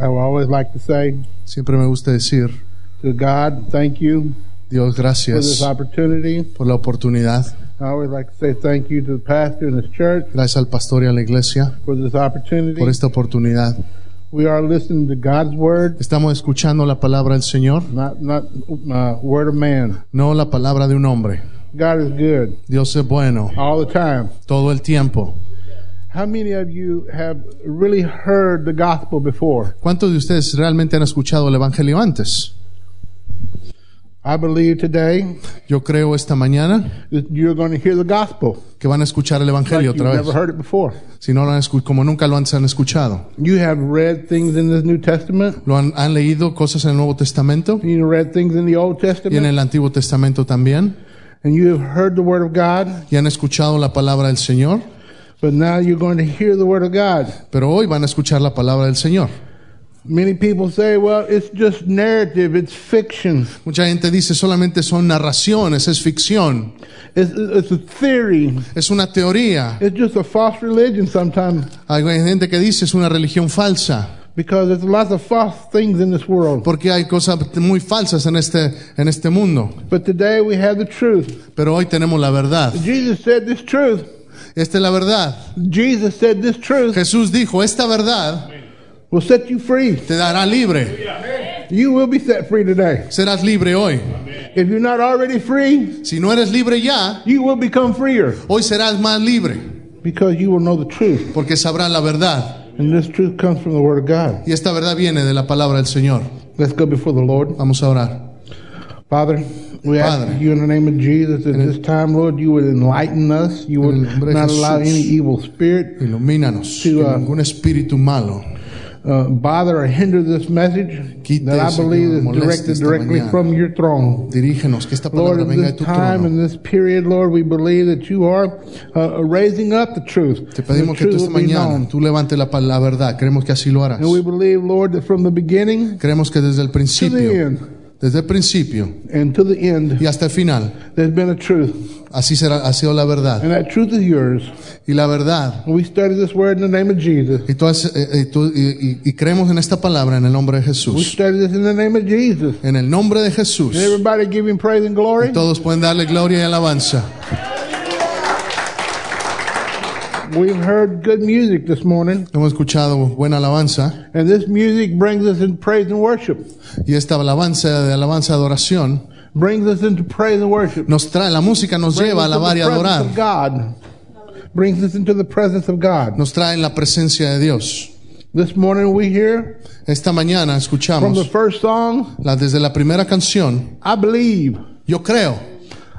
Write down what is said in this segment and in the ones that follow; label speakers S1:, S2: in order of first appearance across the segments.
S1: I'd like to say
S2: Siempre me gusta decir,
S1: to God, thank you
S2: Dios,
S1: for this
S2: gracias
S1: opportunity.
S2: por la oportunidad.
S1: I always like to say thank you to the pastor and his church
S2: Gracias al pastor y a la iglesia
S1: for this opportunity.
S2: por esta oportunidad.
S1: We are listening to God's word,
S2: Estamos escuchando la palabra del Señor,
S1: not not uh, word of man.
S2: no la palabra de un hombre.
S1: God is good
S2: Dios es bueno
S1: all the time.
S2: todo el tiempo.
S1: How many of you have really heard the gospel before?
S2: ¿Cuántos de ustedes realmente han escuchado el Evangelio antes?
S1: I believe today
S2: Yo creo esta mañana
S1: that you're going to hear the gospel
S2: que van a escuchar el
S1: like
S2: Evangelio
S1: you've
S2: otra vez,
S1: never heard it before.
S2: si no lo han escu- como nunca lo antes han escuchado.
S1: You have read things in the New Testament.
S2: Lo han, han leído cosas en el Nuevo Testamento
S1: You read things in the Old
S2: y en
S1: Testament,
S2: el Antiguo Testamento también,
S1: and you have heard the Word of God,
S2: y han escuchado la palabra del Señor,
S1: but now you're going to hear the Word of God.
S2: pero hoy van a escuchar la palabra del Señor.
S1: Many people say, well, it's just narrative, it's fiction,
S2: Mucha gente dice solamente son narraciones, es ficción,
S1: it's, it's a theory,
S2: es una teoría.
S1: it's just a false religion sometimes
S2: Hay gente que dice es una religión falsa,
S1: because there's lots of false things in this world.
S2: porque hay cosas muy falsas en este, en este mundo.
S1: But today we have the truth.
S2: Pero hoy tenemos la verdad.
S1: Jesus said this truth.
S2: Esta es la verdad.
S1: Jesus said this truth
S2: Jesús dijo, esta verdad
S1: will set you free.
S2: te dará libre.
S1: You will be set free today.
S2: Serás libre hoy.
S1: If you're not already free,
S2: Si no eres libre ya,
S1: you will become freer
S2: hoy serás más libre,
S1: because you will know the truth.
S2: porque sabrás la verdad.
S1: And this truth comes from the Word of God.
S2: Y esta verdad viene de la palabra del Señor.
S1: Let's go before the Lord.
S2: Vamos a orar.
S1: Father, we ask
S2: Padre.
S1: you in the name of Jesus at this time, Lord, you would enlighten us. You would
S2: En el nombre de
S1: not allow
S2: Jesús.
S1: any evil spirit
S2: Ilumínanos. Que
S1: Sí, va.
S2: ningún espíritu malo
S1: uh, bother or hinder this message
S2: Quite,
S1: that I
S2: Señor,
S1: believe is
S2: moleste
S1: directed
S2: esta
S1: directly
S2: mañana.
S1: from your throne.
S2: Dirígenos, que esta
S1: Lord,
S2: palabra
S1: in
S2: venga de
S1: this
S2: tu
S1: time,
S2: trono.
S1: in this period, Lord, we believe that you are uh, raising up the truth.
S2: Te pedimos
S1: the
S2: que tú
S1: truth
S2: esta
S1: will be
S2: mañana
S1: known.
S2: tú levantes la, pal- la verdad. Creemos que así lo harás.
S1: And we believe, Lord, that from the beginning
S2: Creemos que desde el
S1: to the
S2: principio,
S1: end
S2: desde el principio
S1: and to the end,
S2: y hasta el final,
S1: there's been a truth.
S2: así será, ha sido la verdad.
S1: And that truth is yours.
S2: Y la verdad,
S1: And we study this word in the name of Jesus.
S2: y, tú has- eh, eh, tú- y- y- y creemos en esta palabra en el nombre de
S1: We
S2: Jesús.
S1: study this in the name of Jesus.
S2: En el nombre de Jesús.
S1: And everybody give him praise and glory.
S2: Todos pueden darle gloria y alabanza.
S1: We've heard good music this morning,
S2: Hemos escuchado buena alabanza
S1: and this music brings us in praise and worship.
S2: y esta alabanza de alabanza adoración
S1: Brings us into praise and worship.
S2: nos trae, la música nos
S1: Brings
S2: lleva a
S1: us to
S2: alabar y
S1: the presence of
S2: adorar.
S1: God. Brings us into the presence of God.
S2: Nos trae en la presencia de Dios.
S1: This morning we hear
S2: Esta
S1: from
S2: mañana
S1: the
S2: escuchamos
S1: first song,
S2: la, desde la primera canción,
S1: I believe.
S2: yo creo,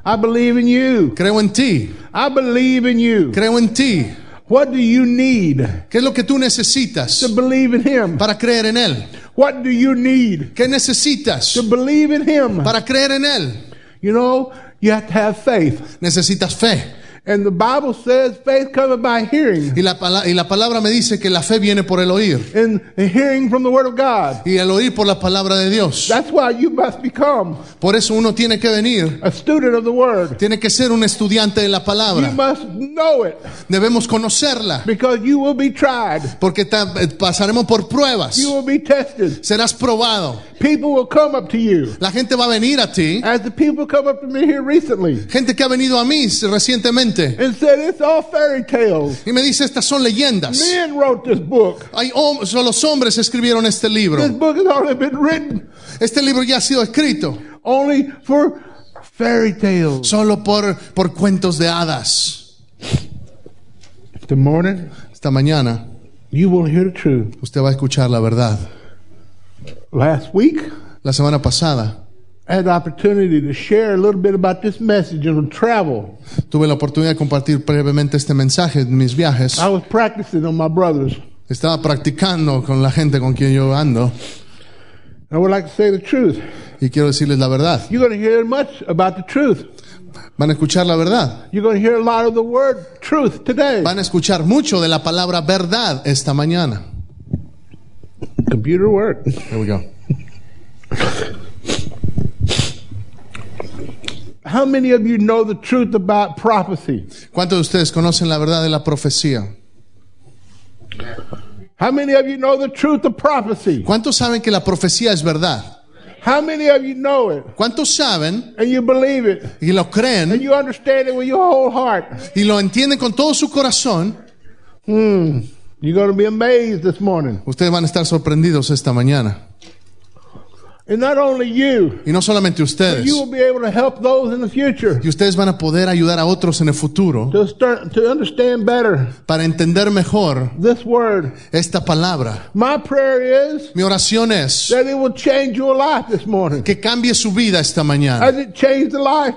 S1: I believe in you.
S2: creo en ti,
S1: I believe in you.
S2: creo en ti.
S1: What do you need to
S2: ¿Qué es lo que tú necesitas
S1: believe in him?
S2: para creer en Él?
S1: What do you need
S2: ¿Qué necesitas
S1: to believe in him?
S2: para creer en Él?
S1: You know, you have to have faith.
S2: Necesitas fe.
S1: And the Bible says faith cometh by hearing.
S2: Y la, pala- y la palabra me dice que la fe viene por el oír
S1: and hearing from the Word of God.
S2: y el oír por la palabra de Dios.
S1: That's why you must become
S2: Por eso uno tiene que venir,
S1: a student of the Word.
S2: tiene que ser un estudiante de la
S1: You
S2: palabra.
S1: must know it
S2: Debemos conocerla
S1: because you will be tried.
S2: porque ta- eh, pasaremos por pruebas.
S1: You will be tested.
S2: Serás probado.
S1: People will come up to you.
S2: La gente va a venir a ti.
S1: As the people come up to me here recently
S2: Gente que ha venido a mí recientemente
S1: and said, It's all fairy tales.
S2: y me dice, estas son leyendas.
S1: Men wrote this book.
S2: Hay hom- son los hombres escribieron este
S1: This
S2: libro.
S1: book has already been written
S2: Este libro ya ha sido escrito
S1: only for fairy tales.
S2: solo por, por cuentos de hadas.
S1: The morning,
S2: Esta mañana
S1: you will hear the truth.
S2: usted va a escuchar la verdad.
S1: Last week,
S2: La semana pasada
S1: I had the opportunity to share a little bit about this message on travel.
S2: tuve la oportunidad de compartir brevemente este mensaje en mis viajes.
S1: I was practicing on my brothers.
S2: Estaba practicando con la gente con quien yo ando
S1: I would like to say the truth.
S2: y quiero decirles la verdad.
S1: You're going to hear much about the truth.
S2: Van a escuchar la verdad.
S1: You're going to hear a lot of the word truth today.
S2: Van a escuchar mucho de la palabra verdad esta mañana.
S1: Computer work.
S2: Here we go.
S1: How many of you know the truth about prophecy?
S2: ¿Cuántos de ustedes conocen la verdad de la profecía?
S1: How many of you know the truth of prophecy?
S2: ¿Cuántos saben que la profecía es verdad?
S1: How many of you know it
S2: ¿Cuántos saben
S1: and you believe it
S2: y lo
S1: and
S2: creen
S1: you understand it with your whole heart?
S2: y lo entienden con todo su corazón?
S1: Hmm. You're going to be amazed this morning.
S2: Ustedes van a estar sorprendidos esta mañana.
S1: And not only you,
S2: Y no solamente ustedes.
S1: you will be able to help those in the future
S2: Y ustedes van a poder ayudar a otros en el futuro
S1: to, start, to understand better
S2: para entender mejor
S1: this word.
S2: esta palabra.
S1: My prayer is
S2: Mi oración es
S1: that it will change your life this morning.
S2: que cambie su vida esta mañana.
S1: Has it changed the life?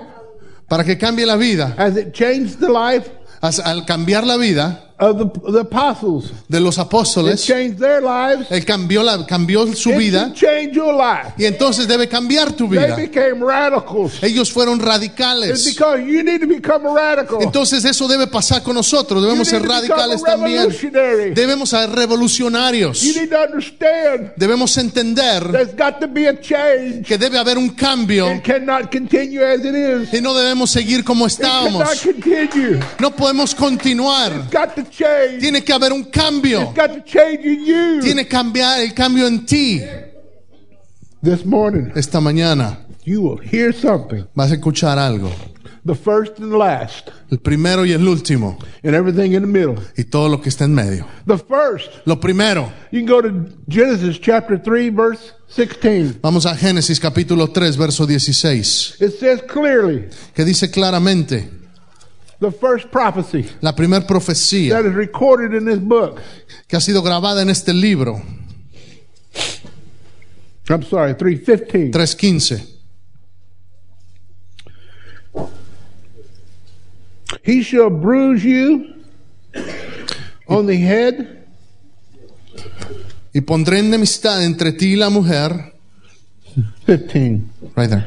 S2: Para que cambie la vida.
S1: Has it changed the life
S2: As- Al cambiar la vida
S1: of the, the apostles?
S2: de los
S1: It
S2: apóstoles,
S1: changed their lives.
S2: Él cambió, la, cambió su
S1: It
S2: vida
S1: should change your life.
S2: y entonces debe cambiar tu vida.
S1: They became radicals.
S2: Ellos fueron
S1: It's
S2: radicales.
S1: because you need to become a radical.
S2: Entonces eso debe pasar con nosotros.
S1: you need
S2: Debemos
S1: to
S2: ser radicales
S1: become a
S2: también.
S1: revolutionary.
S2: Debemos ser revolucionarios.
S1: You need to understand
S2: Debemos entender
S1: there's got to be a change.
S2: que debe haber un cambio
S1: It cannot continue as it is. It
S2: y no debemos seguir como
S1: cannot
S2: estábamos.
S1: continue.
S2: No podemos continuar.
S1: It's got to change.
S2: Tiene que haber un cambio.
S1: It's got to change in you.
S2: Tiene que cambiar el cambio en ti
S1: This morning,
S2: esta mañana.
S1: you will hear something.
S2: Vas a escuchar algo.
S1: The first and last,
S2: El primero y el último.
S1: and everything in the middle.
S2: Y todo lo que está en medio.
S1: The first,
S2: Lo primero.
S1: you can go to Genesis chapter 3, verse 16.
S2: Vamos a Génesis capítulo 3, verso 16.
S1: It says clearly
S2: Que dice claramente.
S1: the first prophecy
S2: La primera profecía
S1: that is recorded in this book.
S2: que ha sido grabada en este libro.
S1: I'm sorry, 315.
S2: 3.15.
S1: He shall bruise you on the head,
S2: Y pondré enemistad entre ti y la mujer.
S1: 15,
S2: Right there.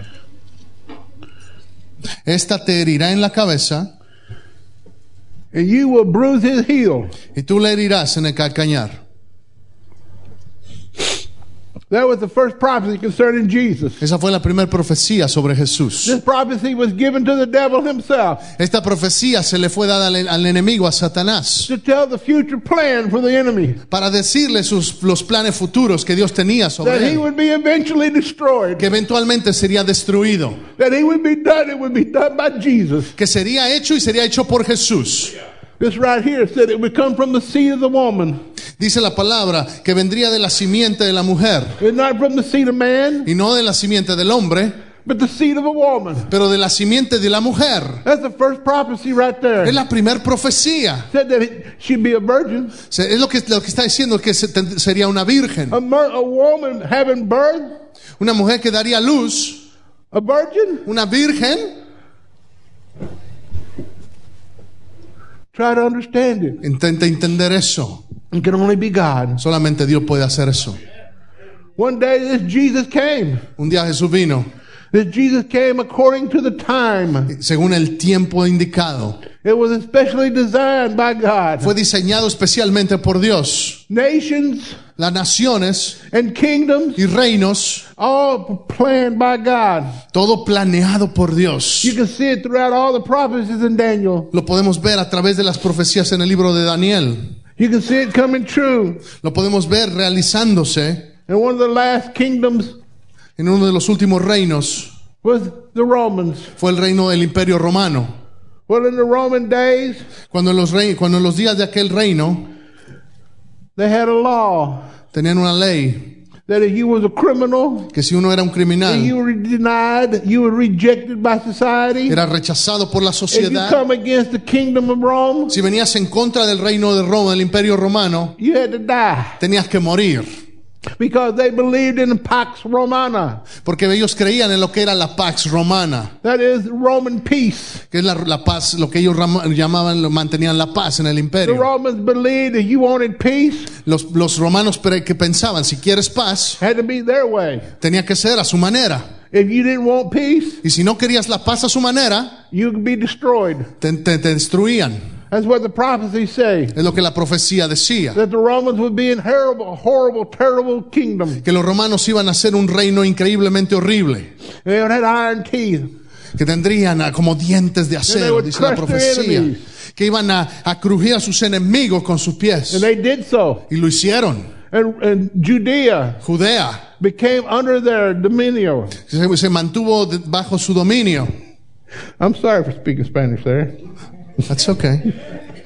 S2: Esta te herirá en la cabeza
S1: and you will bruise his heel.
S2: y tú le herirás en el calcañar.
S1: That was the first prophecy concerning Jesus.
S2: Esa fue la primera profecía sobre Jesús.
S1: This prophecy was given to the devil himself
S2: Esta profecía se le fue dada al, al enemigo, a Satanás,
S1: to tell the future plan for the enemy
S2: para decirle sus, los planes futuros que Dios tenía
S1: that
S2: sobre
S1: he
S2: él,
S1: would be eventually destroyed,
S2: que eventualmente sería destruido,
S1: that he would be done, it would be done by Jesus.
S2: que sería hecho y sería hecho por Jesús.
S1: This right here said it would come from the seed of the woman
S2: Dice la palabra que vendría de la simiente de la mujer,
S1: and not from the seed of man,
S2: y no de la simiente del hombre,
S1: but the seed of a woman.
S2: pero de la simiente de la mujer.
S1: That's the first prophecy right there.
S2: Es la primer profecía.
S1: said that it- she'd be a virgin,
S2: Se- Es lo que, lo que está diciendo que se- ten- sería una virgen,
S1: a, mer- a woman having birth,
S2: una mujer que daría luz,
S1: a virgin.
S2: una virgen.
S1: Try to understand it.
S2: Intenta entender eso.
S1: It can only be God.
S2: Solamente Dios puede hacer eso.
S1: One day this Jesus came.
S2: Un día Jesús vino,
S1: This Jesus came according to the time.
S2: según el tiempo indicado.
S1: It was especially designed by God.
S2: Fue diseñado especialmente por Dios.
S1: Nations
S2: Las naciones
S1: and kingdoms,
S2: y reinos,
S1: all planned by God.
S2: todo planeado por
S1: You
S2: Dios.
S1: can see it throughout all the prophecies in Daniel.
S2: Lo podemos ver a través de las profecías en el libro de Daniel.
S1: You can see it coming true.
S2: Lo podemos ver realizándose
S1: And one of the last kingdoms
S2: en uno de los últimos reinos.
S1: was the Romans.
S2: Fue el reino del Imperio Romano.
S1: Well, in the Roman days,
S2: Cuando en los, rei- cuando en los días de aquel reino
S1: they had a law
S2: tenían una ley
S1: that if you was a criminal,
S2: que si uno era un
S1: if you
S2: criminal,
S1: were denied, you were rejected by society.
S2: era rechazado por la
S1: If you
S2: sociedad.
S1: come against the kingdom of Rome,
S2: Si venías en contra del reino de Roma, del Imperio Romano,
S1: you had to die
S2: tenías que morir,
S1: because they believed in the Pax Romana,
S2: porque ellos creían en lo que era la pax romana,
S1: that is Roman peace.
S2: que es la, la paz, lo que ellos ram- llamaban, lo- mantenían la paz en el
S1: The
S2: imperio.
S1: Romans believed if you wanted peace,
S2: Los, los romanos pre- que pensaban, si quieres paz,
S1: had to be their way.
S2: tenía que ser a su manera.
S1: If you didn't want peace,
S2: Y si no querías la paz a su manera,
S1: you could be destroyed.
S2: te, te- te destruían.
S1: That's what the prophecies say.
S2: Es lo que la profecía decía,
S1: That the Romans would be in horrible, horrible, terrible kingdom.
S2: que los romanos iban a ser un reino increíblemente horrible,
S1: They had iron teeth.
S2: que tendrían ah, como dientes de acero,
S1: would
S2: dice la
S1: crush their
S2: profecía,
S1: enemies.
S2: que iban a, a crujir a sus enemigos con sus pies.
S1: And they did so.
S2: Y lo hicieron.
S1: And, and Judea
S2: Judea
S1: became under their dominion.
S2: se, se mantuvo de- bajo su dominio.
S1: I'm sorry for speaking Spanish there.
S2: That's okay.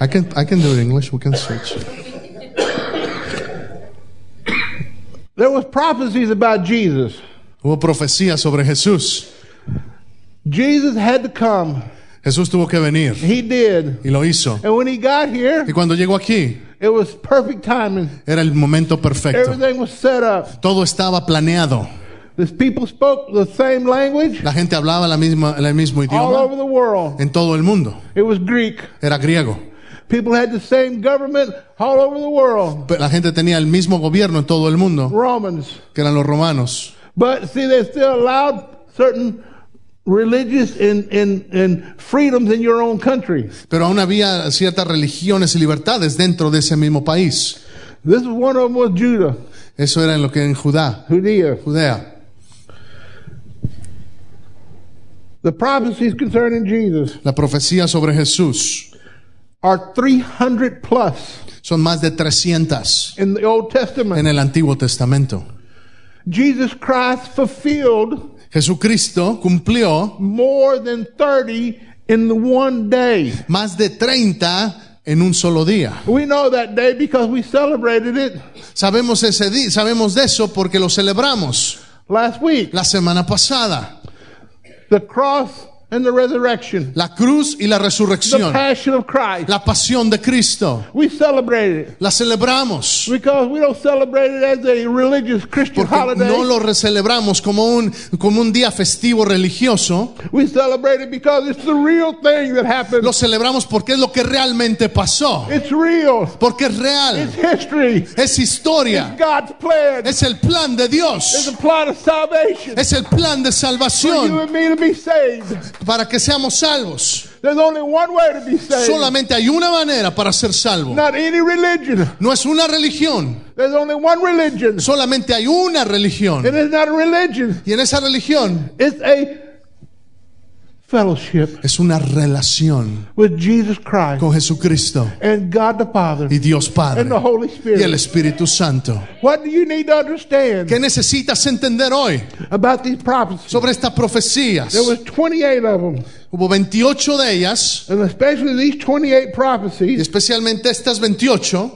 S2: I can, I can do it in English. We can switch.
S1: There was prophecies about Jesus.
S2: Hubo profecía sobre Jesús.
S1: Jesus had to come.
S2: Jesús tuvo que venir
S1: He did.
S2: y lo hizo.
S1: And when he got here,
S2: Y cuando llegó aquí,
S1: it was perfect timing.
S2: era el momento perfecto.
S1: Everything was set up.
S2: Todo estaba planeado.
S1: The people spoke the same language
S2: La gente hablaba la misma, el mismo
S1: all
S2: idioma
S1: over the world.
S2: en todo el mundo.
S1: It was Greek.
S2: Era griego.
S1: People had the same government all over the world.
S2: Pero La gente tenía el mismo gobierno en todo el mundo,
S1: Romans.
S2: que eran los romanos.
S1: But see, they still allowed certain religious and, and, and freedoms in your own country.
S2: Pero aún había ciertas religiones y libertades dentro de ese mismo país.
S1: This is one of them was Judah,
S2: Eso era en lo que en Judá,
S1: Judea.
S2: Judea.
S1: The prophecies concerning Jesus
S2: La profecía sobre Jesús
S1: are 300 plus
S2: son más de 300
S1: in the Old
S2: en
S1: Testament.
S2: el Antiguo Testamento.
S1: Jesus Christ fulfilled
S2: Jesucristo cumplió
S1: more than 30 in the one day.
S2: más de 30 en un solo día.
S1: We know that day because we celebrated it
S2: Sabemos ese día, sabemos de eso porque lo celebramos
S1: last week.
S2: la semana pasada.
S1: The cross and the resurrection.
S2: La cruz y la
S1: The
S2: resurrección,
S1: passion of Christ.
S2: la pasión de Cristo,
S1: We celebrated it
S2: la celebramos.
S1: because we don't celebrate it as a religious Christian
S2: Porque
S1: holiday.
S2: no lo recelebramos como un, como un día festivo religioso,
S1: we celebrate it because it's the real thing that happened.
S2: lo celebramos porque es lo que realmente pasó,
S1: it's real.
S2: porque es
S1: It's
S2: real,
S1: history.
S2: es historia,
S1: God's plan.
S2: es el plan de
S1: It's
S2: Dios,
S1: a plan of salvation.
S2: es el plan de
S1: For you
S2: salvación
S1: and me to be saved.
S2: para que seamos salvos.
S1: There's only one way to be saved.
S2: Solamente hay una manera para ser salvo.
S1: Not any religion.
S2: No es una religión,
S1: There's only one religion.
S2: solamente hay una religión.
S1: It is not a religion.
S2: Y en esa religión
S1: It's a fellowship
S2: es una relación
S1: with Jesus Christ
S2: con Jesucristo
S1: and God the Father
S2: y Dios Padre
S1: and the Holy
S2: y el
S1: Spirit.
S2: Espíritu Santo.
S1: What do you need to understand
S2: ¿Qué necesitas entender hoy
S1: about these prophecies?
S2: sobre estas profecías?
S1: There was 28 of them,
S2: Hubo 28 de ellas,
S1: and especially these 28
S2: y
S1: prophecies,
S2: especialmente estas 28.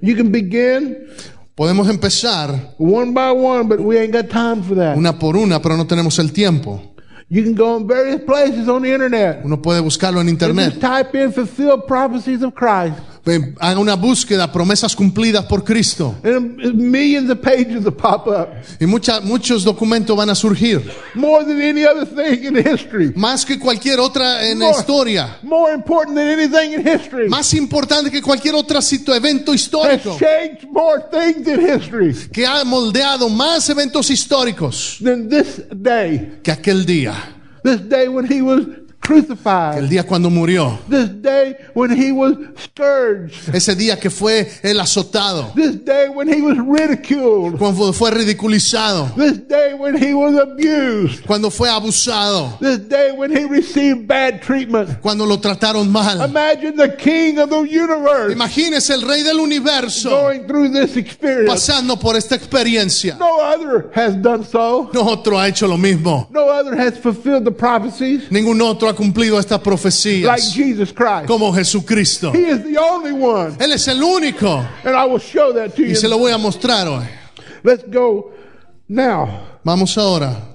S1: you can begin
S2: Podemos empezar
S1: one by one, but we ain't got time for that.
S2: una por una, pero no tenemos el tiempo.
S1: You can go in various places on the internet.
S2: Uno puede buscarlo en
S1: And just
S2: internet.
S1: type in fulfilled prophecies of Christ,
S2: Ve, Haga una búsqueda, promesas cumplidas por Cristo.
S1: and millions of pages will pop up.
S2: Y mucha- muchos documentos van a surgir,
S1: More than any other thing in history.
S2: más que cualquier otra en la
S1: More.
S2: historia,
S1: More important than anything in history.
S2: más importante que cualquier otro sito- evento
S1: has
S2: histórico,
S1: changed more things in history
S2: que ha moldeado más eventos históricos
S1: than this day.
S2: que aquel día,
S1: This day when he was crucified.
S2: el día cuando murió,
S1: This day when he was scourged.
S2: ese día que fue el azotado,
S1: This day when he was ridiculed.
S2: cuando fue ridiculizado,
S1: This day when he was abused.
S2: cuando fue abusado,
S1: This day when he received bad treatment.
S2: cuando lo trataron mal.
S1: Imagine the king of the universe
S2: Imagínese el rey del universo
S1: going through this experience.
S2: pasando por esta experiencia.
S1: No other has done so.
S2: No otro ha hecho lo mismo.
S1: No other has fulfilled the prophecies
S2: Ningún otro ha cumplido estas
S1: like
S2: profecías
S1: Jesus Christ.
S2: como Jesucristo.
S1: He is the only one.
S2: Él es el único.
S1: And I will show that to
S2: Y
S1: you.
S2: se lo voy a mostrar hoy.
S1: Let's go now
S2: Vamos ahora